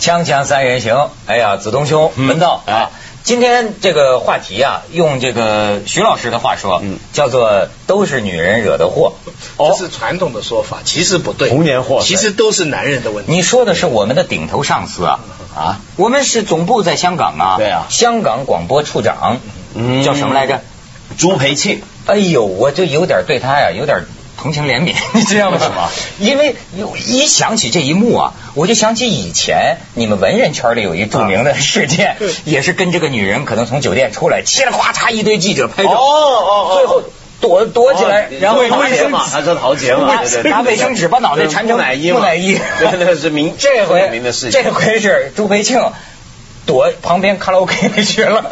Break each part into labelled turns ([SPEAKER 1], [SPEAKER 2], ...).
[SPEAKER 1] 锵锵三人行，哎呀，子东兄
[SPEAKER 2] 嗯
[SPEAKER 1] 文道
[SPEAKER 2] 哎
[SPEAKER 1] 啊，今天这个话题啊，用这个徐老师的话说
[SPEAKER 2] 嗯，
[SPEAKER 1] 叫做都是女人惹的祸。
[SPEAKER 2] 哦
[SPEAKER 3] 这是传统的说法，其实不对。
[SPEAKER 2] 童年祸水
[SPEAKER 3] 其实都是男人的问题。
[SPEAKER 1] 你说的是我们的顶头上司啊啊，我们是总部在香港啊，
[SPEAKER 2] 对啊
[SPEAKER 1] 香港广播处长
[SPEAKER 2] 嗯
[SPEAKER 1] 叫什么来着？
[SPEAKER 2] 朱培庆，
[SPEAKER 1] 哎呦，我就有点对他呀，有点同情怜悯， 你知道吗？
[SPEAKER 2] 为什 么？
[SPEAKER 1] 因为一想起这一幕啊，我就想起以前你们文人圈里有一著名的事件，也是跟这个女人可能从酒店出来，嘁哩呱嚓一堆记者拍照，
[SPEAKER 2] 哦哦哦
[SPEAKER 1] 哎最后躲躲起来，
[SPEAKER 2] 哦
[SPEAKER 1] 然后
[SPEAKER 2] 对
[SPEAKER 1] 拿
[SPEAKER 2] 卫生纸他是陶杰嘛
[SPEAKER 1] 拿
[SPEAKER 2] 对对对
[SPEAKER 1] 拿卫生纸把脑袋缠成
[SPEAKER 2] 木乃伊嘛
[SPEAKER 1] 木乃伊，
[SPEAKER 2] 对对对是明
[SPEAKER 1] 这
[SPEAKER 2] 著
[SPEAKER 1] 回
[SPEAKER 2] 名的事情
[SPEAKER 1] 这回是朱培庆。躲旁边卡拉 OK 去 了，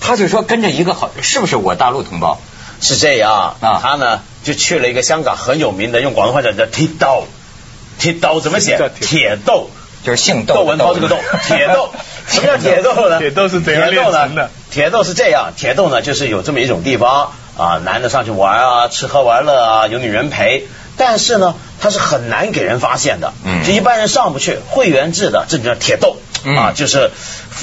[SPEAKER 1] 他就说跟着一个好，是不是我大陆同胞？
[SPEAKER 2] 是这样，
[SPEAKER 1] 啊
[SPEAKER 2] 他呢就去了一个香港很有名的，用广东话讲叫铁道，铁道怎么写
[SPEAKER 4] 叫？
[SPEAKER 2] 铁豆，
[SPEAKER 1] 就是姓窦
[SPEAKER 2] 窦文涛这个窦， 铁豆。什么叫 铁豆呢？
[SPEAKER 4] 铁豆是怎样炼成的
[SPEAKER 2] 铁豆呢？铁豆是这样，铁豆呢就是有这么一种地方啊，男的上去玩啊，吃喝玩乐啊，有女人陪。但是呢，它是很难给人发现的，
[SPEAKER 1] 嗯
[SPEAKER 2] 就一般人上不去。会员制的，这就叫铁豆、
[SPEAKER 1] 嗯
[SPEAKER 2] 啊，就是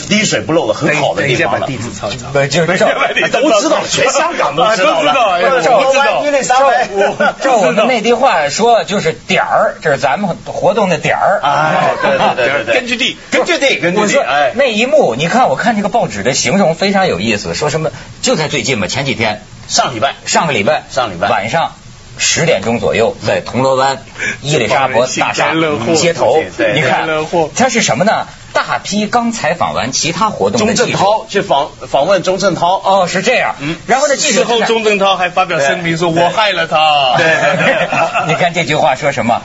[SPEAKER 2] 滴水不漏的很好的地方了。哎
[SPEAKER 4] 址抄一抄。
[SPEAKER 1] 不 就是赵
[SPEAKER 4] 哎
[SPEAKER 2] 都知道了，全香港都知道了。
[SPEAKER 4] 啊都知道哎我不知 道
[SPEAKER 2] 一零三
[SPEAKER 1] 照 照我们内地话说就是点儿，这是咱们活动的点儿。啊
[SPEAKER 2] 哎，对 对对对对，
[SPEAKER 4] 根据地
[SPEAKER 2] 根据地，根据
[SPEAKER 1] 我
[SPEAKER 2] 地，
[SPEAKER 1] 说
[SPEAKER 2] 哎，
[SPEAKER 1] 那一幕，你看我看这个报纸的形容非常有意思，说什么就在最近吧，前几天
[SPEAKER 2] 上礼拜
[SPEAKER 1] 上个礼拜
[SPEAKER 2] 上礼拜
[SPEAKER 1] 晚上。十点钟左右，在铜锣 湾伊丽莎白大厦
[SPEAKER 4] 幸灾乐祸
[SPEAKER 1] 街头
[SPEAKER 2] 对对，对
[SPEAKER 1] 你看
[SPEAKER 4] 幸灾乐祸，
[SPEAKER 1] 它是什么呢？大批刚采访完其他活动的
[SPEAKER 2] 钟
[SPEAKER 1] 记
[SPEAKER 2] 镇
[SPEAKER 1] 者，
[SPEAKER 2] 涛嗯去访访问钟镇涛，
[SPEAKER 1] 哦，是这样。然后呢，记者
[SPEAKER 4] 嗯事
[SPEAKER 1] 就
[SPEAKER 4] 后
[SPEAKER 1] 在
[SPEAKER 4] 钟镇涛还发表声明说：“
[SPEAKER 2] 对
[SPEAKER 4] 我害了他。”
[SPEAKER 2] 对对对
[SPEAKER 1] 你看这句话说什么？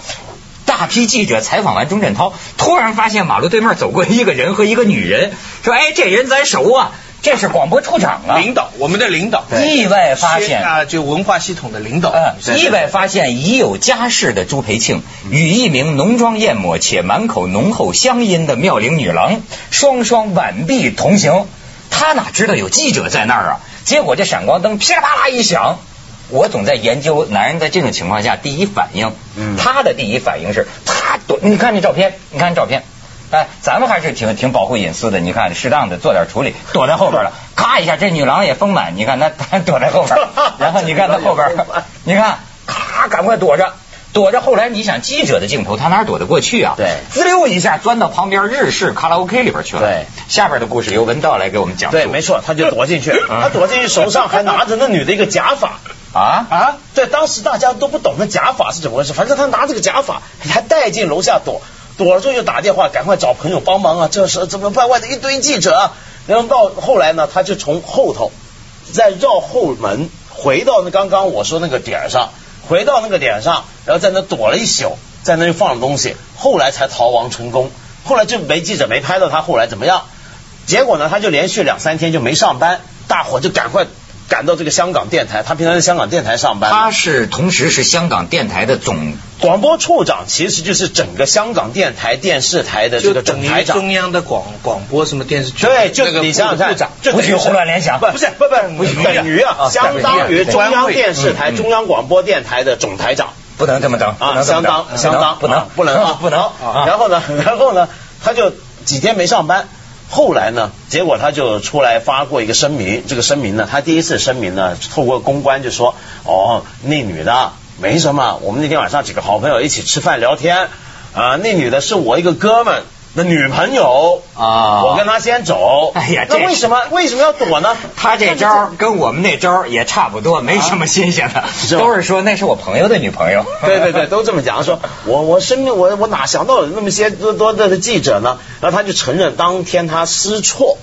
[SPEAKER 1] 大批记者采访完钟镇涛，突然发现马路对面走过一个人和一个女人，说：“哎，这人咱熟啊，这是广播处长啊。
[SPEAKER 4] 领导，我们的领导”
[SPEAKER 1] 意外发现，
[SPEAKER 4] 啊，就文化系统的领导
[SPEAKER 1] 嗯，意外发现已有家室的朱培庆与一名浓妆艳抹且满口浓厚乡音的妙龄女郎双双挽臂同行。他哪知道有记者在那儿啊？结果这闪光灯噼里啪啦一响。我总在研究男人在这种情况下第一反应，
[SPEAKER 2] 嗯
[SPEAKER 1] 他的第一反应是他躲。你看这照片，你看这照片，哎，咱们还是挺挺保护隐私的。你看，适当的做点处理，躲在后边了，咔一下，这女郎也丰满。你看她，她 躲在后边， 然后你看她后边，你看，咔，赶快躲着。躲着，后来你想记者的镜头，他哪躲得过去啊？
[SPEAKER 2] 对
[SPEAKER 1] 滋溜一下钻到旁边日式卡拉 OK 里边去了。
[SPEAKER 2] 对，
[SPEAKER 1] 下边的故事由文道来给我们讲述。
[SPEAKER 2] 对，没错，他就躲进去，
[SPEAKER 1] 嗯
[SPEAKER 2] 他躲进去手上还拿着那女的一个假发。
[SPEAKER 1] 啊，
[SPEAKER 2] 啊，对，当时大家都不懂那假发是怎么回事，反正他拿这个假发还带进楼下躲，躲了之后就打电话，赶快找朋友帮忙啊，这是怎么办？外的一堆记者啊，然后到后来呢，他就从后头再绕后门回到那刚刚我说那个点儿上，回到那个点上，然后在那躲了一宿，在那又放了东西，后来才逃亡成功。后来就没记者没拍到他后来怎么样，结果呢，他就连续两三天就没上班，大伙就赶快赶到这个香港电台，他平常在香港电台上班。
[SPEAKER 1] 他是同时是香港电台的总
[SPEAKER 2] 广播处长其实就是整个香港电台电视台的这
[SPEAKER 4] 就
[SPEAKER 2] 个
[SPEAKER 4] 等
[SPEAKER 2] 总
[SPEAKER 4] 于
[SPEAKER 2] 台长。
[SPEAKER 4] 中央的广广播什么电视剧，
[SPEAKER 2] 对，就
[SPEAKER 4] 那个
[SPEAKER 2] 你想想
[SPEAKER 4] 部
[SPEAKER 2] 看
[SPEAKER 4] 部长，
[SPEAKER 2] 就
[SPEAKER 1] 不
[SPEAKER 2] 等于
[SPEAKER 1] 许
[SPEAKER 2] 是
[SPEAKER 1] 胡乱联想
[SPEAKER 2] 不不是不不
[SPEAKER 1] 不许
[SPEAKER 2] 等于啊，
[SPEAKER 1] 啊
[SPEAKER 2] 相当于
[SPEAKER 1] 对
[SPEAKER 2] 中央电视台、
[SPEAKER 1] 嗯嗯
[SPEAKER 2] 中央广播电台的总台长。
[SPEAKER 1] 不能这么整不
[SPEAKER 2] 啊，
[SPEAKER 1] 能这么
[SPEAKER 2] 相
[SPEAKER 1] 整
[SPEAKER 2] 当相当
[SPEAKER 1] 不能
[SPEAKER 2] 啊不能啊
[SPEAKER 1] 不能
[SPEAKER 2] 好
[SPEAKER 1] 啊
[SPEAKER 2] 然后呢，然后呢，他就几天没上班。后来呢，结果他就出来发过一个声明，这个声明呢，他第一次声明呢，透过公关就说，哦，那女的没什么，我们那天晚上几个好朋友一起吃饭聊天，啊，那女的是我一个哥们儿的女朋友，
[SPEAKER 1] 啊
[SPEAKER 2] 我跟她先走，
[SPEAKER 1] 哎呀这
[SPEAKER 2] 那为什么为什么要躲呢？
[SPEAKER 1] 他这招儿跟我们那招儿也差不多，没什么新鲜的，
[SPEAKER 2] 是吧
[SPEAKER 1] 都是说那是我朋友的女朋友。
[SPEAKER 2] 对对对，都这么讲。说我我身边我我哪想到有那么些多多的记者呢？然后他就承认当天他失措，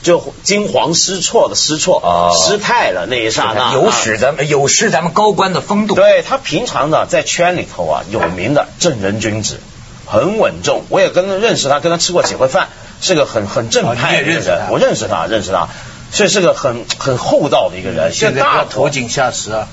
[SPEAKER 2] 就惊惶失措的失措，
[SPEAKER 1] 哦
[SPEAKER 2] 失态了那一刹那。
[SPEAKER 1] 有使咱们有失咱们高官的风度。
[SPEAKER 2] 啊对他平常呢，在圈里头啊，有名的正人君子，很稳重。我也跟他认识他，跟他吃过几回饭，是个很很正派的一个
[SPEAKER 4] 哦你也认识
[SPEAKER 2] 人。
[SPEAKER 4] 他
[SPEAKER 2] 我认识他，认识他，所以是个很很厚道的一个人。
[SPEAKER 4] 现在不
[SPEAKER 2] 大
[SPEAKER 4] 要
[SPEAKER 2] 头
[SPEAKER 4] 投井下石啊，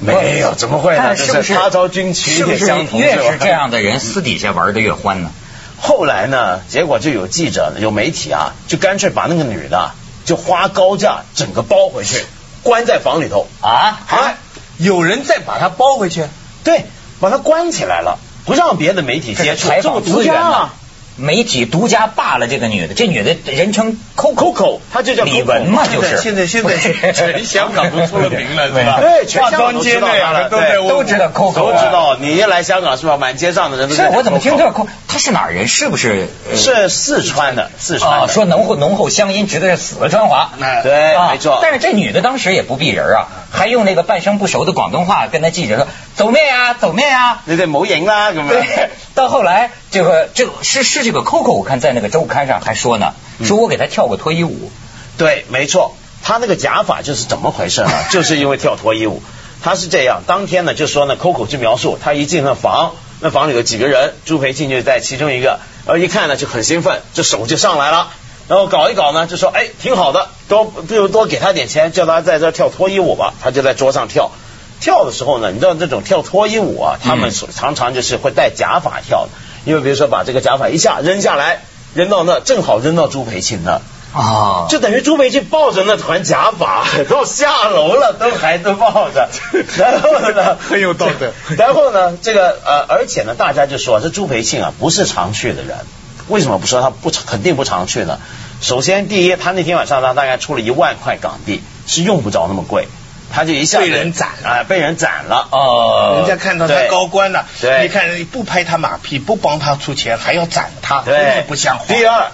[SPEAKER 2] 没有，怎么会呢？
[SPEAKER 1] 但
[SPEAKER 2] 就是
[SPEAKER 1] 不是
[SPEAKER 2] 他朝君取
[SPEAKER 1] 是不
[SPEAKER 2] 铁
[SPEAKER 1] 是
[SPEAKER 2] 相同，
[SPEAKER 1] 越
[SPEAKER 2] 吧
[SPEAKER 1] 是这样的人，私底下玩的越欢呢？
[SPEAKER 2] 后来呢，结果就有记者、有媒体啊，就干脆把那个女的就花高价整个包回去，关在房里头。
[SPEAKER 1] 啊
[SPEAKER 2] 啊，
[SPEAKER 4] 有人再把他包回去，
[SPEAKER 2] 对，把她关起来了，不让别的媒体接
[SPEAKER 1] 这是
[SPEAKER 2] 触，
[SPEAKER 1] 采
[SPEAKER 2] 这
[SPEAKER 1] 访
[SPEAKER 2] 么
[SPEAKER 1] 资
[SPEAKER 2] 独
[SPEAKER 1] 源
[SPEAKER 2] 家
[SPEAKER 1] 呐
[SPEAKER 2] 啊。
[SPEAKER 1] 媒体独家霸了这个女的，这女的人称 Coco
[SPEAKER 2] Coco，她就叫
[SPEAKER 1] 李文嘛，
[SPEAKER 4] 现
[SPEAKER 1] 就
[SPEAKER 4] 在
[SPEAKER 1] 是
[SPEAKER 4] 现在现 在全香港都出了名了，是吧？
[SPEAKER 2] 对，全
[SPEAKER 4] 化
[SPEAKER 2] 香港都
[SPEAKER 4] 妆街
[SPEAKER 2] 知道
[SPEAKER 4] 那
[SPEAKER 2] 她
[SPEAKER 4] 两
[SPEAKER 2] 了，
[SPEAKER 4] 个都
[SPEAKER 2] 对
[SPEAKER 4] 在
[SPEAKER 1] 都知道 Coco，啊
[SPEAKER 2] 都知。道。你一来香港是吧？满街上的人都
[SPEAKER 1] 是
[SPEAKER 2] 在
[SPEAKER 1] 我怎么听这
[SPEAKER 2] Coco
[SPEAKER 1] Coco？她是哪儿人？是不是？呃
[SPEAKER 2] 是四川的，四川
[SPEAKER 1] 啊，
[SPEAKER 2] 的。
[SPEAKER 1] 说浓厚浓厚乡音，指的是四川话。
[SPEAKER 4] 那
[SPEAKER 2] 对
[SPEAKER 1] 啊，
[SPEAKER 2] 没错。
[SPEAKER 1] 但是这女的当时也不避人啊，还用那个半生不熟的广东话跟那记者说：“走咩啊，走咩啊。
[SPEAKER 2] 你得谋赢啦，咁”
[SPEAKER 1] 对
[SPEAKER 2] 样。，
[SPEAKER 1] 到后来这个这个是是这个 Coco，我看在那个周刊上还说呢，
[SPEAKER 2] 嗯
[SPEAKER 1] 说我给她跳过脱衣舞。
[SPEAKER 2] 对，没错，他那个假发就是怎么回事呢？就是因为跳脱衣舞。他是这样，当天呢就说呢，Coco 就描述他一进那房，那房里有几个人，朱培进就在其中一个，然后一看呢就很兴奋，这手就上来了，然后搞一搞呢就说，哎，挺好的，多不如多给他点钱，叫他在这儿跳脱衣舞吧，他就在桌上跳。跳的时候呢，你知道这种跳脱衣舞啊，他
[SPEAKER 1] 嗯
[SPEAKER 2] 们所常常就是会戴假发跳的，因为比如说把这个假发一下扔下来，扔到那正好扔到朱培庆那儿，
[SPEAKER 1] 啊
[SPEAKER 2] 就等于朱培就抱着那团假 发都下楼了，都还都抱着，然后呢，
[SPEAKER 4] 很有道德
[SPEAKER 2] 然后呢，这个呃，而且呢，大家就说这朱培庆啊不是常去的人，为什么不说他不常肯定不常去呢？首先，第一，他那天晚上他大概出了一万块港币，是用不着那么贵，他就一下子
[SPEAKER 4] 被人斩了
[SPEAKER 2] 啊、被人斩了。
[SPEAKER 1] 哦，
[SPEAKER 4] 人家看到他
[SPEAKER 2] 对
[SPEAKER 4] 高官了，
[SPEAKER 2] 对
[SPEAKER 4] 你看你不拍他马屁，不帮他出钱，还要斩他，真是
[SPEAKER 2] 对，
[SPEAKER 4] 不像话。
[SPEAKER 2] 第二，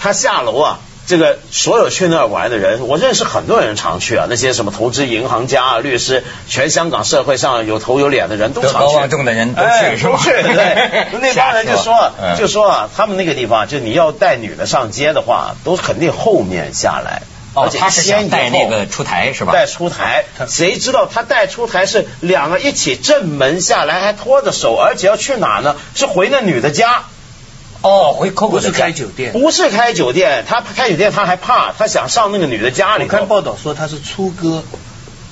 [SPEAKER 2] 他下楼啊，这个所有去那儿玩的人，我认识很多人常去啊，那些什么投资银行家啊、律师，全香港社会上有头有脸的人都
[SPEAKER 1] 德
[SPEAKER 2] 常
[SPEAKER 1] 高
[SPEAKER 2] 去。
[SPEAKER 1] 望重的人都去
[SPEAKER 2] 哎
[SPEAKER 1] 是吧
[SPEAKER 2] 都去 对，那帮人就说啊
[SPEAKER 1] 吓死我嗯
[SPEAKER 2] 就说啊，他们那个地方，就你要带女的上街的话，都肯定后面下来。
[SPEAKER 1] 哦
[SPEAKER 2] 而，且
[SPEAKER 1] 她是
[SPEAKER 2] 先
[SPEAKER 1] 想
[SPEAKER 2] 以
[SPEAKER 1] 带
[SPEAKER 2] 后
[SPEAKER 1] 那个出台是吧？
[SPEAKER 2] 带出台，谁知道他带出台是两个一起正门下来，还拖着手，而且要去哪呢？是回那女的家。
[SPEAKER 1] 哦，回 Coco
[SPEAKER 4] 不
[SPEAKER 1] 的
[SPEAKER 4] 是
[SPEAKER 1] 家
[SPEAKER 4] 开酒店，
[SPEAKER 2] 不是开酒店，他开酒店他还怕，他想上那个女的家里
[SPEAKER 4] 我看
[SPEAKER 2] 头。
[SPEAKER 4] 报道说他是出歌，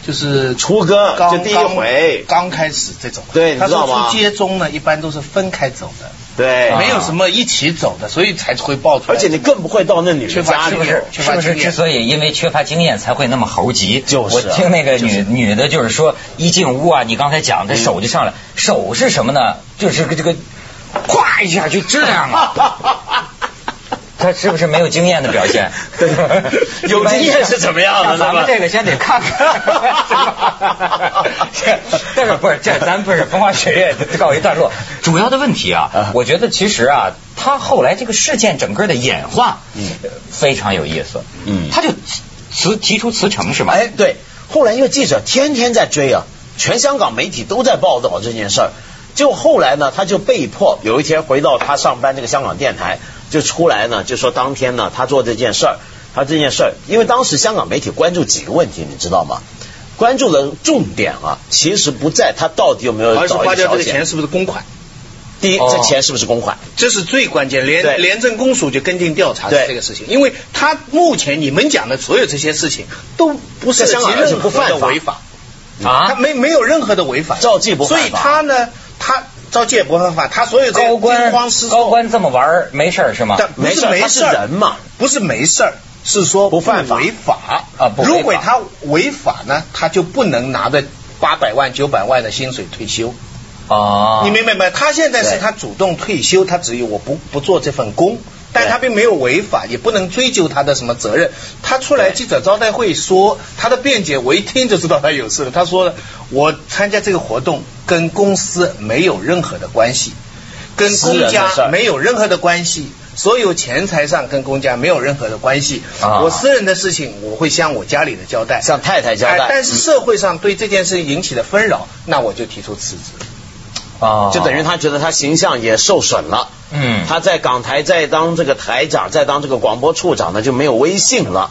[SPEAKER 4] 就是
[SPEAKER 2] 出歌
[SPEAKER 4] 刚
[SPEAKER 2] 就第一回
[SPEAKER 4] 刚刚开始这种。
[SPEAKER 2] 对你
[SPEAKER 4] 他
[SPEAKER 2] 知道
[SPEAKER 4] 说
[SPEAKER 2] 吗
[SPEAKER 4] 出街中呢，一般都是分开走的，
[SPEAKER 2] 对，
[SPEAKER 1] 啊
[SPEAKER 4] 没有什么一起走的，所以才会爆出来。
[SPEAKER 2] 而且你更不会到那女的
[SPEAKER 4] 缺乏
[SPEAKER 2] 家
[SPEAKER 4] 是
[SPEAKER 2] 里
[SPEAKER 4] 不
[SPEAKER 2] 头。
[SPEAKER 4] 是
[SPEAKER 1] 是
[SPEAKER 4] 缺乏
[SPEAKER 1] 不是
[SPEAKER 4] 经
[SPEAKER 1] 之
[SPEAKER 4] 验？
[SPEAKER 1] 所以因为缺乏经验才会那么猴急？
[SPEAKER 2] 就是
[SPEAKER 1] 我
[SPEAKER 2] 啊
[SPEAKER 1] 听那个女、
[SPEAKER 2] 就是
[SPEAKER 1] 女的，就是说一进屋啊，你刚才讲的手就上来，手是什么呢？就是这个这个，咵一下就这样 啊。他是不是没有经验的表现？
[SPEAKER 2] 对 有经验是怎么样的
[SPEAKER 1] 像咱们
[SPEAKER 2] 是吧
[SPEAKER 1] 这个先得看看。 这但是不是这咱不是风花雪月告一段落，主要的问题啊
[SPEAKER 2] 啊，
[SPEAKER 1] 我觉得其实啊，他后来这个事件整个的演化，
[SPEAKER 2] 嗯
[SPEAKER 1] 呃非常有意思。
[SPEAKER 2] 嗯
[SPEAKER 1] 他就辞提出辞呈是吧？
[SPEAKER 2] 哎，对，后来因为记者天天在追啊，全香港媒体都在报道这件事儿。就后来呢，他就被迫有一天回到他上班这个香港电台，就出来呢，就说当天呢，他做这件事儿，他这件事儿，因为当时香港媒体关注几个问题，你知道吗？关注的重点啊，其实不在他到底有没有
[SPEAKER 4] 而且
[SPEAKER 2] 找一
[SPEAKER 4] 花
[SPEAKER 2] 个
[SPEAKER 4] 掉这
[SPEAKER 2] 小
[SPEAKER 4] 个
[SPEAKER 2] 姐
[SPEAKER 4] 钱。是不是公款？
[SPEAKER 2] 第一，
[SPEAKER 1] 哦
[SPEAKER 2] 这钱是不是公款？
[SPEAKER 4] 这是最关键，
[SPEAKER 2] 对
[SPEAKER 4] 廉廉政公署就跟进调查
[SPEAKER 2] 对
[SPEAKER 4] 这个事情，因为他目前你们讲的所有这些事情都不涉及
[SPEAKER 2] 在香港而
[SPEAKER 4] 任
[SPEAKER 2] 且
[SPEAKER 4] 何的
[SPEAKER 2] 不犯法
[SPEAKER 4] 违法，他
[SPEAKER 1] 啊，
[SPEAKER 4] 没没有任何的违法，
[SPEAKER 2] 赵记不犯法
[SPEAKER 4] 所以他呢，他赵记也不犯法，他所有这
[SPEAKER 1] 高
[SPEAKER 4] 些
[SPEAKER 1] 官
[SPEAKER 4] 惊慌失
[SPEAKER 1] 高
[SPEAKER 4] 措，
[SPEAKER 1] 官这么玩儿没事儿是吗？
[SPEAKER 4] 但不
[SPEAKER 2] 没事
[SPEAKER 4] 是
[SPEAKER 2] 儿
[SPEAKER 4] 没
[SPEAKER 2] 他
[SPEAKER 4] 事
[SPEAKER 2] 是
[SPEAKER 4] 儿
[SPEAKER 2] 人嘛，
[SPEAKER 4] 不是没事儿，是说
[SPEAKER 2] 不犯法
[SPEAKER 4] 违法
[SPEAKER 1] 啊不违法
[SPEAKER 4] 如果他违法呢，他就不能拿着八百万九百万的薪水退休。
[SPEAKER 1] 啊，
[SPEAKER 4] 你明白没？他现在
[SPEAKER 2] 对
[SPEAKER 4] 是他主动退休，他只有我不不做这份工，但
[SPEAKER 2] 对
[SPEAKER 4] 他并没有违法，也不能追究他的什么责任。他出来
[SPEAKER 2] 对
[SPEAKER 4] 记者招待会说他的辩解，我一听就知道他有事了。他说了，我参加这个活动跟公司没有任何的关系，跟
[SPEAKER 2] 私人
[SPEAKER 4] 公
[SPEAKER 2] 的事
[SPEAKER 4] 家
[SPEAKER 2] 儿
[SPEAKER 4] 没有任何的关系。所有钱财上跟公家没有任何的关系，
[SPEAKER 1] 啊
[SPEAKER 4] 我私人的事情我会向我家里的交代，
[SPEAKER 2] 向太太交代
[SPEAKER 4] 哎但是社会上对这件事引起的纷扰，那我就提出辞职。
[SPEAKER 1] 啊，
[SPEAKER 2] 就等于他觉得他形象也受损了。
[SPEAKER 1] 嗯
[SPEAKER 2] 他在港台再当这个台长，再当这个广播处长呢，就没有威信了，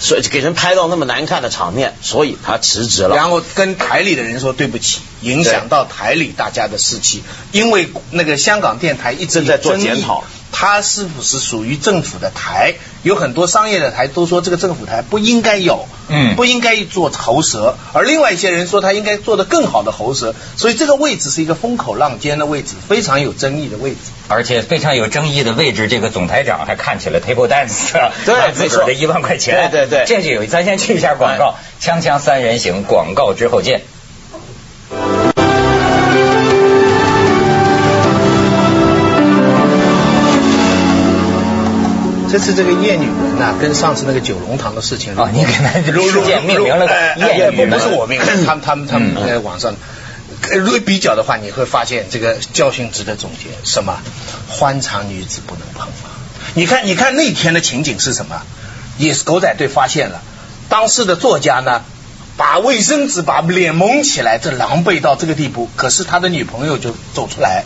[SPEAKER 2] 所以就给人拍到那么难看的场面，所以他辞职了。
[SPEAKER 4] 然后跟台里的人说对不起，影响到台里大家的士气，因为那个香港电台一直
[SPEAKER 2] 正在
[SPEAKER 4] 有争
[SPEAKER 2] 做检
[SPEAKER 4] 议
[SPEAKER 2] 讨，
[SPEAKER 4] 它是不是属于政府的台？有很多商业的台都说这个政府台不应该有，
[SPEAKER 1] 嗯
[SPEAKER 4] 不应该做喉舌，而另外一些人说他应该做得更好的喉舌，所以这个位置是一个风口浪尖的位置，非常有争议的位置。
[SPEAKER 1] 而且非常有争议的位置，这个总台长还看起了 table dance，
[SPEAKER 2] 对
[SPEAKER 1] 拿自个儿的
[SPEAKER 2] 没
[SPEAKER 1] 一
[SPEAKER 2] 错
[SPEAKER 1] 万块钱，
[SPEAKER 2] 对对对
[SPEAKER 1] 这就有。咱先去一下广告，锵锵三人行，广告之后见。
[SPEAKER 4] 这次这个叶女人呐、跟上次那个九龙塘的事情，
[SPEAKER 1] 哦你给他
[SPEAKER 4] 如
[SPEAKER 1] 事件命名了个
[SPEAKER 4] 哎哎
[SPEAKER 1] 艳女人
[SPEAKER 4] 不是 我命名，他们他们他们
[SPEAKER 1] 嗯
[SPEAKER 4] 在网上。呃如果比较的话，你会发现这个教训值得总结。什么？欢场女子不能碰啊！你看，你看那天的情景是什么？也是狗仔队发现了，当时的作家呢，把卫生纸把脸蒙起来，这狼狈到这个地步。可是他的女朋友就走出来，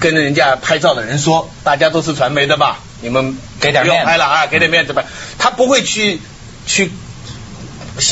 [SPEAKER 4] 跟人家拍照的人说：“大家都是传媒的吧，你们
[SPEAKER 1] 给点面子嗯
[SPEAKER 4] 不要拍了啊，给点面子吧。”他不会去去，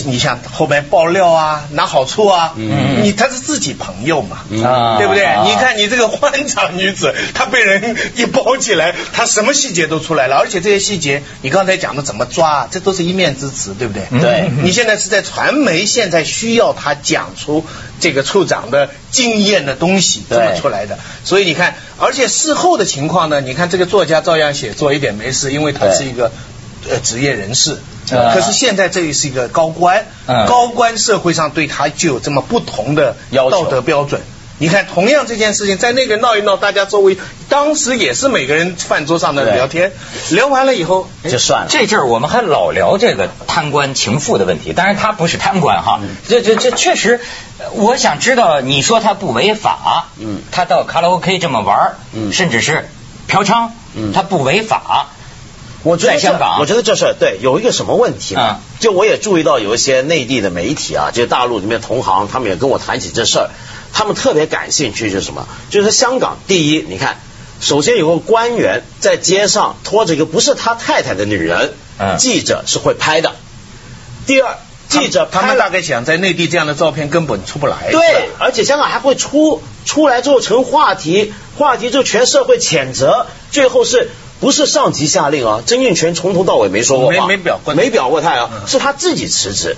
[SPEAKER 4] 你想后面爆料啊，拿好处啊，
[SPEAKER 1] 嗯
[SPEAKER 4] 你他是自己朋友嘛，
[SPEAKER 2] 嗯
[SPEAKER 1] 啊
[SPEAKER 4] 对不对？你看你这个欢场女子，她被人一包起来，她什么细节都出来了，而且这些细节，你刚才讲的怎么抓，这都是一面之词，对不对？
[SPEAKER 1] 嗯对
[SPEAKER 4] 你现在是在传媒，现在需要她讲出这个处长的经验的东西，这么
[SPEAKER 2] 对
[SPEAKER 4] 出来的。所以你看，而且事后的情况呢，你看这个作家照样写作，一点没事，因为他是一个呃职业人士。
[SPEAKER 1] 啊
[SPEAKER 4] 可是现在这里是一个高官，
[SPEAKER 1] 嗯
[SPEAKER 4] 高官社会上对他就有这么不同的
[SPEAKER 2] 要求
[SPEAKER 4] 道德标准。你看，同样这件事情，在那个闹一闹，大家周围当时也是每个人饭桌上的
[SPEAKER 2] 对
[SPEAKER 4] 聊天，聊完了以后哎
[SPEAKER 2] 就算了。
[SPEAKER 1] 这阵儿我们还老聊这个贪官情妇的问题，当然他不是贪官哈，
[SPEAKER 2] 嗯
[SPEAKER 1] 这这这确实，呃我想知道你说他不违法，
[SPEAKER 2] 嗯
[SPEAKER 1] 他到卡拉 OK 这么玩儿，
[SPEAKER 2] 嗯
[SPEAKER 1] 甚至是嫖娼，
[SPEAKER 2] 嗯
[SPEAKER 1] 他不违法，
[SPEAKER 2] 我觉得
[SPEAKER 1] 在
[SPEAKER 2] 这
[SPEAKER 1] 香港
[SPEAKER 2] 我觉得这事儿对有一个什么问题呢
[SPEAKER 1] 啊？
[SPEAKER 2] 就我也注意到有一些内地的媒体啊，就是大陆里面同行，他们也跟我谈起这事儿，他们特别感兴趣就是什么？就是香港第一，你看，首先有个官员在街上拖着一个不是他太太的女人，
[SPEAKER 1] 嗯
[SPEAKER 2] 记者是会拍的。第二，记者
[SPEAKER 4] 他
[SPEAKER 2] 拍
[SPEAKER 4] 们
[SPEAKER 2] 了
[SPEAKER 4] 大概想在内地这样的照片根本出不来。
[SPEAKER 2] 对，而且香港还会出出来之后成话题，话题就全社会谴责，最后是不是上级下令啊？曾荫权从头到尾没说过话，
[SPEAKER 4] 没没表过态
[SPEAKER 2] 没表过态啊，
[SPEAKER 4] 嗯
[SPEAKER 2] 是他自己辞职。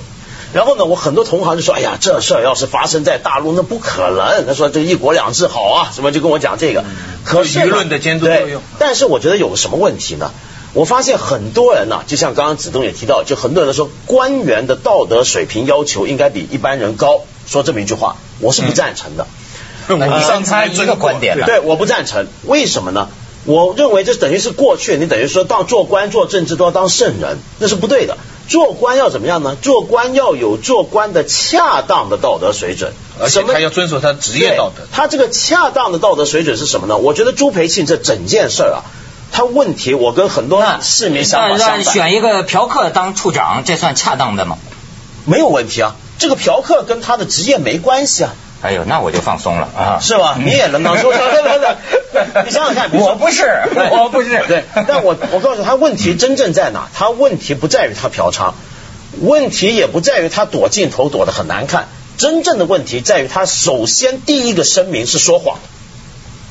[SPEAKER 2] 然后呢，我很多同行就说，哎呀，这事儿要是发生在大陆，那不可能。他说这一国两制好啊，什么就跟我讲这
[SPEAKER 4] 嗯
[SPEAKER 2] 个。可是呢
[SPEAKER 4] 舆论的监督作用
[SPEAKER 2] 对但是我觉得有什么问题呢？我发现很多人呐、就像刚刚子东也提到，就很多人说官员的道德水平要求应该比一般人高，说这么一句话，我是不赞成的。
[SPEAKER 4] 嗯
[SPEAKER 1] 你
[SPEAKER 4] 上
[SPEAKER 1] 上
[SPEAKER 4] 次还
[SPEAKER 1] 他
[SPEAKER 4] 真
[SPEAKER 1] 呃一个观
[SPEAKER 4] 啊
[SPEAKER 1] 点呢，啊
[SPEAKER 2] 对，我不赞成。为什么呢？我认为这等于是过去，你等于说当做官做政治都要当圣人，那是不对的。做官要怎么样呢？做官要有做官的恰当的道德水准。
[SPEAKER 4] 而且
[SPEAKER 2] 什么
[SPEAKER 4] 他要遵守他职业道德
[SPEAKER 2] 对。他这个恰当的道德水准是什么呢？我觉得朱培庆这整件事儿啊，他问题我跟很多
[SPEAKER 1] 那
[SPEAKER 2] 市民想法
[SPEAKER 1] 那
[SPEAKER 2] 相
[SPEAKER 1] 那
[SPEAKER 2] 反。
[SPEAKER 1] 选一个嫖客当处长，这算恰当的吗？
[SPEAKER 2] 没有问题啊，这个嫖客跟他的职业没关系啊，
[SPEAKER 1] 哎呦，那我就放松了啊，
[SPEAKER 2] 是吧？你也能当说，你想想看，比如说
[SPEAKER 1] 我不是，
[SPEAKER 2] 对
[SPEAKER 1] 我不是，
[SPEAKER 2] 对，但我我告诉他，问题真正在哪？他问题不在于他嫖娼，问题也不在于他躲镜头躲得很难看，真正的问题在于他首先第一个声明是说谎。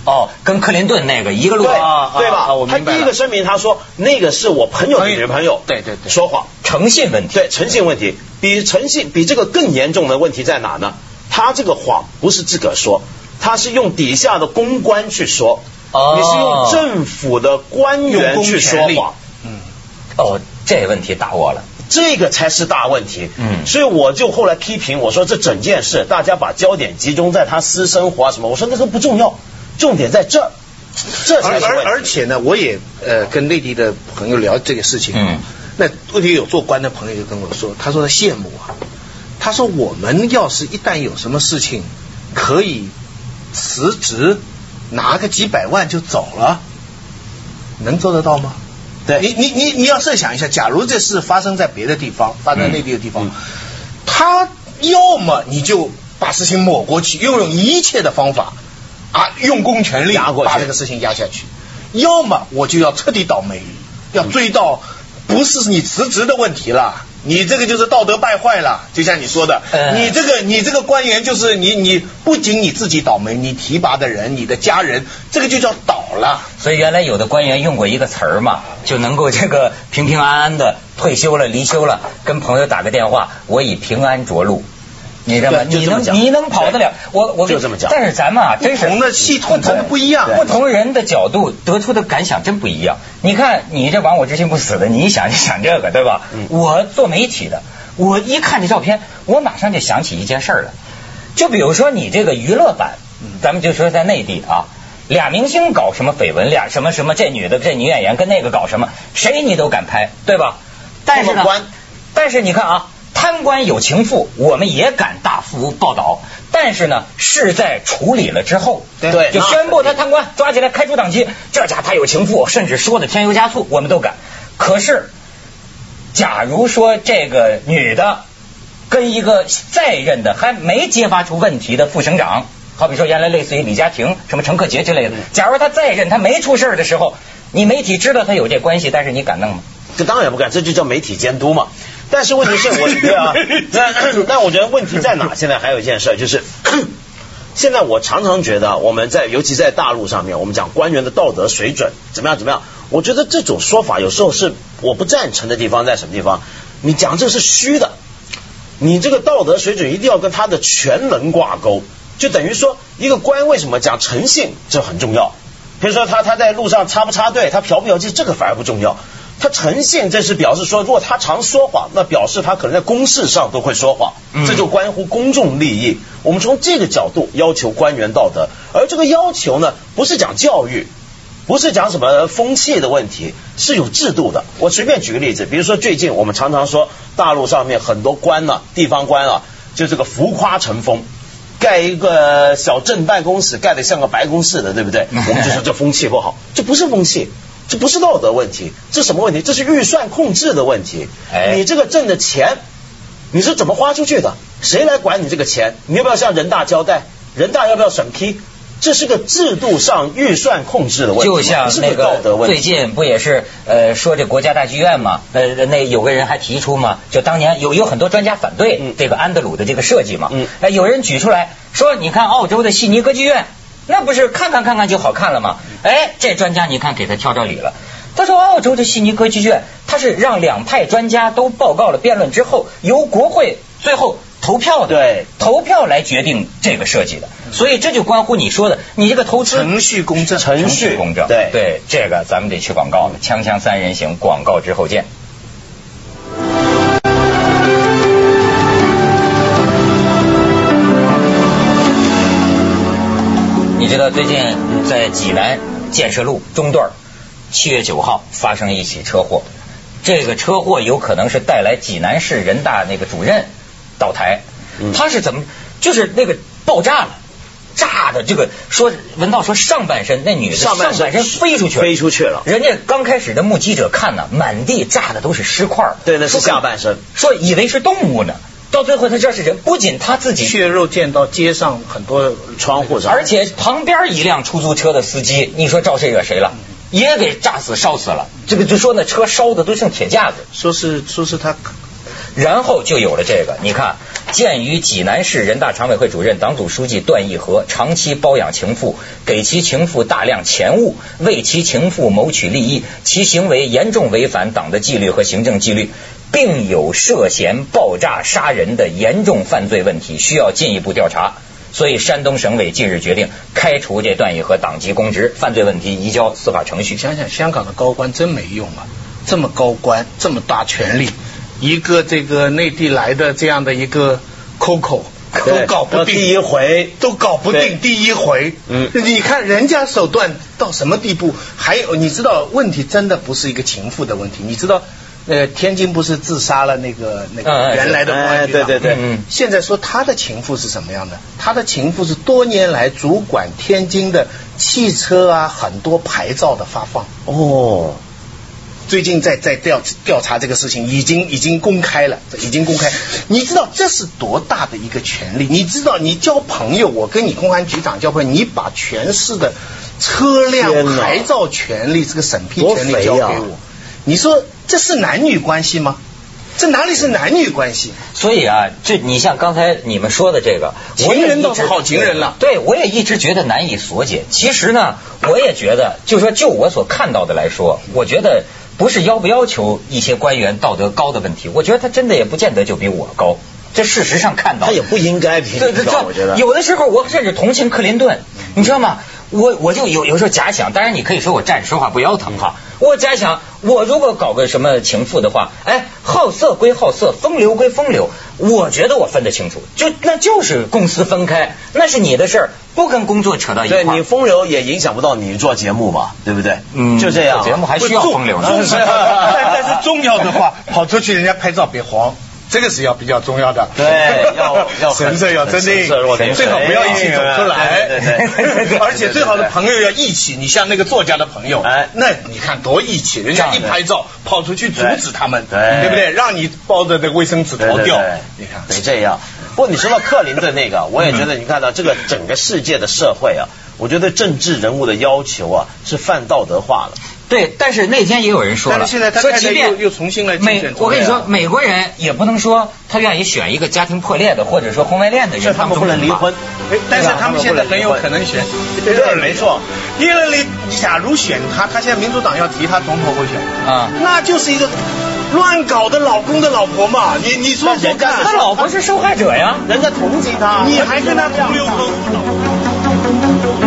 [SPEAKER 1] 哦，跟克林顿那个一个路
[SPEAKER 2] 对、
[SPEAKER 4] 啊
[SPEAKER 2] 对吧、
[SPEAKER 4] 啊我
[SPEAKER 2] 他
[SPEAKER 4] 明白
[SPEAKER 2] 第一
[SPEAKER 4] 了
[SPEAKER 2] 个声明，他说那个是我朋友的女朋友，
[SPEAKER 4] 对对对
[SPEAKER 2] 说谎，
[SPEAKER 1] 诚信问题，
[SPEAKER 2] 对诚信问题，比诚信比这个更严重的问题在哪呢？他这个谎不是自个儿说，他是用底下的公关去说，
[SPEAKER 1] 哦
[SPEAKER 2] 你是用政府的官
[SPEAKER 4] 用
[SPEAKER 2] 员
[SPEAKER 4] 公
[SPEAKER 2] 去说
[SPEAKER 4] 权力
[SPEAKER 2] 谎，
[SPEAKER 4] 嗯，
[SPEAKER 1] 哦，这问题打我了。
[SPEAKER 2] 这个才是大问题。
[SPEAKER 1] 嗯
[SPEAKER 2] 所以我就后来批评我说，这整件事大家把焦点集中在他私生活啊什么，我说那个不重要，重点在这儿，这才
[SPEAKER 4] 而
[SPEAKER 2] 是问题。
[SPEAKER 4] 而而且呢，我也呃跟内地的朋友聊这个事情，
[SPEAKER 1] 嗯
[SPEAKER 4] 那问题有做官的朋友就跟我说，他说他羡慕啊，他说我们要是一旦有什么事情，可以辞职拿个几百万就走了，能做得到吗？
[SPEAKER 2] 对
[SPEAKER 4] 你你你你要设想一下，假如这事发生在别的地方，发生在内地的地方，
[SPEAKER 2] 嗯
[SPEAKER 4] 他要么你就把事情抹过去，用用一切的方法啊，用公权力
[SPEAKER 2] 压过去
[SPEAKER 4] 把这个事情压下去；要么我就要彻底倒霉，要追到不是你辞职的问题了。你这个就是道德败坏了，就像你说的，
[SPEAKER 1] 呃
[SPEAKER 4] 你这个你这个官员就是你你不仅你自己倒霉，你提拔的人、你的家人，这个就叫倒了。
[SPEAKER 1] 所以原来有的官员用过一个词儿嘛，就能够这个平平安安的退休了、离休了，跟朋友打个电话，我以平安着陆。你知道吗？
[SPEAKER 2] 对就
[SPEAKER 1] 你
[SPEAKER 2] 这么
[SPEAKER 1] 能
[SPEAKER 2] 讲
[SPEAKER 1] 你能跑得了？我我
[SPEAKER 2] 就这么讲
[SPEAKER 1] 但是咱们啊，真是
[SPEAKER 4] 不同的系统
[SPEAKER 1] 对
[SPEAKER 4] 它不一样
[SPEAKER 1] 对不同人的角度得出的感想真不一样。你看你这亡我之心不死的，你一想就想这个，对吧？
[SPEAKER 2] 嗯
[SPEAKER 1] 我做媒体的，我一看这照片，我马上就
[SPEAKER 2] 嗯
[SPEAKER 1] 想起一件事儿来。就比如说你这个娱乐版，咱们就说在内地啊，俩明星搞什么绯闻，俩什么什么这女的这女演员跟那个搞什么，谁你都敢拍，对吧？但是
[SPEAKER 2] 这么
[SPEAKER 1] 呢
[SPEAKER 2] 关，
[SPEAKER 1] 但是你看啊，贪官有情妇，我们也敢大幅报道，但是呢是在处理了之后，
[SPEAKER 2] 对
[SPEAKER 1] 就
[SPEAKER 2] 那
[SPEAKER 1] 宣布他贪官，抓起来开除党籍，这家他有情妇，甚至说的添油加醋，我们都敢。可是，假如说这个女的跟一个在任的还没揭发出问题的副省长，好比说原来类似于李佳婷、什么陈克杰之类
[SPEAKER 2] 嗯
[SPEAKER 1] 的，假如他在任，他没出事儿的时候，你媒体知道他有这关系，但是你敢弄吗？
[SPEAKER 2] 这当然不敢，这就叫媒体监督嘛。但是问题是我对啊，那那我觉得问题在哪？现在还有一件事儿就是。 现在我常常觉得，我们在尤其在大陆上面，我们讲官员的道德水准怎么样怎么样，我觉得这种说法有时候是我不赞成的地方在什么地方？你讲这是虚的，你这个道德水准一定要跟他的全能挂钩，就等于说一个官为什么讲诚信这很重要？比如说他他在路上插不插队，他嫖不嫖妓，这个反而不重要。他诚信，这是表示说，如果他常说谎，那表示他可能在公事上都会说谎，这就关乎公众利益。我们从这个角度要求官员道德，而这个要求呢，不是讲教育，不是讲什么风气的问题，是有制度的。我随便举个例子，比如说最近我们常常说大陆上面很多官呢、地方官啊，就这个浮夸成风。盖一个小镇办公室，盖得像个办公室的，对不对？我们就说这风气不好，这不是风气，这不是道德问题，这什么问题？这是预算控制的问题。
[SPEAKER 1] 哎
[SPEAKER 2] 你这个挣的钱，你是怎么花出去的？谁来管你这个钱？你要不要向人大交代？人大要不要审批？这是个制度上预算控制的问题，
[SPEAKER 1] 就像
[SPEAKER 2] 不是
[SPEAKER 1] 那
[SPEAKER 2] 道德
[SPEAKER 1] 个
[SPEAKER 2] 问
[SPEAKER 1] 最
[SPEAKER 2] 题。
[SPEAKER 1] 近不也是呃说这国家大剧院嘛，呃那有个人还提出嘛，就当年有有很多专家反对
[SPEAKER 2] 嗯
[SPEAKER 1] 这个安德鲁的这个设计嘛，
[SPEAKER 2] 嗯
[SPEAKER 1] 哎有人举出来说，你看澳洲的悉尼歌剧院，那不是看看看看就好看了吗？
[SPEAKER 2] 嗯
[SPEAKER 1] 哎，这专家你看给他挑着理了。他说，澳洲的悉尼歌剧院，他是让两派专家都报告了辩论之后，由国会最后投票的，
[SPEAKER 2] 对，
[SPEAKER 1] 投票来决定这个设计的，所以这就关乎你说的，你这个投资
[SPEAKER 4] 程序公正，
[SPEAKER 2] 程序
[SPEAKER 1] 公正。
[SPEAKER 2] 对
[SPEAKER 1] 对，这个咱们得去广告了。锵锵三人行，广告之后见。你知道最近在济南建设路中段七月九号发生一起车祸，这个车祸有可能是带来济南市人大那个主任倒台。
[SPEAKER 2] 嗯
[SPEAKER 1] 他是怎么？就是那个爆炸了，炸的这个说文道说上半身那女的
[SPEAKER 2] 上半身
[SPEAKER 1] 飞出去了，
[SPEAKER 2] 飞出去了
[SPEAKER 1] 人家刚开始的目击者看呢，满地炸的都是尸块儿，
[SPEAKER 2] 对那是
[SPEAKER 1] 说
[SPEAKER 2] 下半身，
[SPEAKER 1] 说以为是动物呢，到最后他知道是人，不仅他自己
[SPEAKER 4] 血肉溅到街上很多
[SPEAKER 2] 窗户上，
[SPEAKER 1] 而且旁边一辆出租车的司机，你说招谁惹谁了？也给炸死、烧死了。这个就说那车烧的都剩铁架子。
[SPEAKER 4] 说是说是他
[SPEAKER 1] 然后就有了这个。你看，鉴于济南市人大常委会主任、党组书记段义和长期包养情妇，给其情妇大量钱物，为其情妇谋取利益，其行为严重违反党的纪律和行政纪律，并有涉嫌爆炸杀人的严重犯罪问题，需要进一步调查。所以，山东省委近日决定开除这段义和党籍公职，犯罪问题移交司法程序
[SPEAKER 4] 你。想想，香港的高官真没用啊！这么高官，这么大权力，一个这个内地来的这样的一个 Coco
[SPEAKER 2] 对
[SPEAKER 4] 都搞不
[SPEAKER 2] 要
[SPEAKER 4] 定，
[SPEAKER 2] 第一回
[SPEAKER 4] 都搞不
[SPEAKER 2] 对
[SPEAKER 4] 定，第一回。
[SPEAKER 2] 嗯
[SPEAKER 4] 你看人家手段到什么地步？还有，你知道问题真的不是一个情妇的问题，你知道。呃，天津不是自杀了那个那
[SPEAKER 1] 嗯嗯
[SPEAKER 4] 个原来的公
[SPEAKER 2] 哎
[SPEAKER 4] 安局长？
[SPEAKER 2] 对对对
[SPEAKER 1] 嗯
[SPEAKER 4] 现在说他的情妇是什么样的？他的情妇是多年来主管天津的汽车啊，很多牌照的发放。
[SPEAKER 2] 哦，
[SPEAKER 4] 最近在在调调查这个事情，已经已经公开了，已经公开。你知道这是多大的一个权利？你知道你交朋友，我跟你公安局长交朋友，你把全市的车
[SPEAKER 2] 天
[SPEAKER 4] 辆
[SPEAKER 2] 哪
[SPEAKER 4] 牌照权利、这个审批
[SPEAKER 2] 多
[SPEAKER 4] 权利
[SPEAKER 2] 肥
[SPEAKER 4] 交给
[SPEAKER 2] 啊
[SPEAKER 4] 我，你说这是男女关系吗？这哪里是男女关系？
[SPEAKER 1] 所以啊，这你像刚才你们说的这个，我也
[SPEAKER 4] 情人
[SPEAKER 1] 一
[SPEAKER 4] 倒是
[SPEAKER 1] 直
[SPEAKER 4] 好情人了
[SPEAKER 1] 对，我也一直觉得难以所解。其实呢，我也觉得，就说就我所看到的来说，我觉得不是要不要求一些官员道德高的问题，我觉得他真的也不见得就比我高。这事实上看到，
[SPEAKER 2] 他也不应该比
[SPEAKER 1] 对
[SPEAKER 2] 你
[SPEAKER 1] 对
[SPEAKER 2] 高，我觉
[SPEAKER 1] 对，
[SPEAKER 2] 得。
[SPEAKER 1] 有的时候我甚至同情克林顿，你知道吗？我我就有有时候假想，当然你可以说我站着说话不腰疼哈。我假想，我如果搞个什么情妇的话，哎，好色归好色，风流归风流，我觉得我分得清楚，就那就是公私分开，那是你的事儿，不跟工作扯到一块
[SPEAKER 2] 对
[SPEAKER 1] 儿。
[SPEAKER 2] 你风流也影响不到你做节目嘛，对不对？
[SPEAKER 1] 嗯
[SPEAKER 2] 就这样。
[SPEAKER 1] 做节目还需要风流呢
[SPEAKER 2] 不
[SPEAKER 3] 但
[SPEAKER 2] 是
[SPEAKER 3] 是
[SPEAKER 2] 但
[SPEAKER 3] 但
[SPEAKER 2] 但
[SPEAKER 3] 但
[SPEAKER 2] 是
[SPEAKER 3] 是
[SPEAKER 2] 重
[SPEAKER 3] 重要的话，跑出去人家拍照别慌，这个是要比较重要的。
[SPEAKER 2] 对要要很
[SPEAKER 3] 神色要镇
[SPEAKER 2] 神
[SPEAKER 3] 定
[SPEAKER 2] 色若，定
[SPEAKER 3] 最好不要一起走出来。
[SPEAKER 2] 哎对对对对对
[SPEAKER 3] 而且最好的朋友要一起，你像那个作家的朋友，
[SPEAKER 2] 哎
[SPEAKER 3] 那你看多义气，人家一拍照跑出去阻止他们，
[SPEAKER 2] 对
[SPEAKER 3] 对不对？让你抱着那个卫生纸
[SPEAKER 2] 对
[SPEAKER 3] 逃
[SPEAKER 2] 对
[SPEAKER 3] 掉
[SPEAKER 2] 对，
[SPEAKER 3] 你看。
[SPEAKER 2] 得这样。不过你说到克林顿那个，
[SPEAKER 1] 嗯
[SPEAKER 2] 我也觉得你看到这个整个世界的社会啊，我觉得政治人物的要求啊是泛道德化了。
[SPEAKER 1] 对，但是那天也有人说了，
[SPEAKER 3] 但是现在他
[SPEAKER 1] 说
[SPEAKER 3] 太太
[SPEAKER 1] 即便
[SPEAKER 3] 又又重新来竞
[SPEAKER 1] 美
[SPEAKER 3] 选，总
[SPEAKER 1] 我跟你
[SPEAKER 3] 理
[SPEAKER 1] 说
[SPEAKER 3] 了，
[SPEAKER 1] 美国人也不能说他愿意选一个家庭破裂的，或者说婚外恋的
[SPEAKER 2] 这
[SPEAKER 1] 人，
[SPEAKER 2] 他们
[SPEAKER 1] 不
[SPEAKER 2] 不能离婚。
[SPEAKER 3] 哎但是他们现在很有可能选希拉里
[SPEAKER 2] 对没错。
[SPEAKER 3] 希拉里假如选他，他现在民主党要提他总统候选人
[SPEAKER 1] 啊
[SPEAKER 3] 那就是一个乱搞的老公的老婆嘛。你你说
[SPEAKER 2] 那
[SPEAKER 3] 说
[SPEAKER 2] 人家
[SPEAKER 3] 看
[SPEAKER 2] 是，
[SPEAKER 1] 他老婆是受害者呀。
[SPEAKER 2] 人家同情他，
[SPEAKER 3] 你还跟他同流合污？
[SPEAKER 5] Hãy subscribe cho kênh Ghiền Mì Gõ Để không bỏ lỡ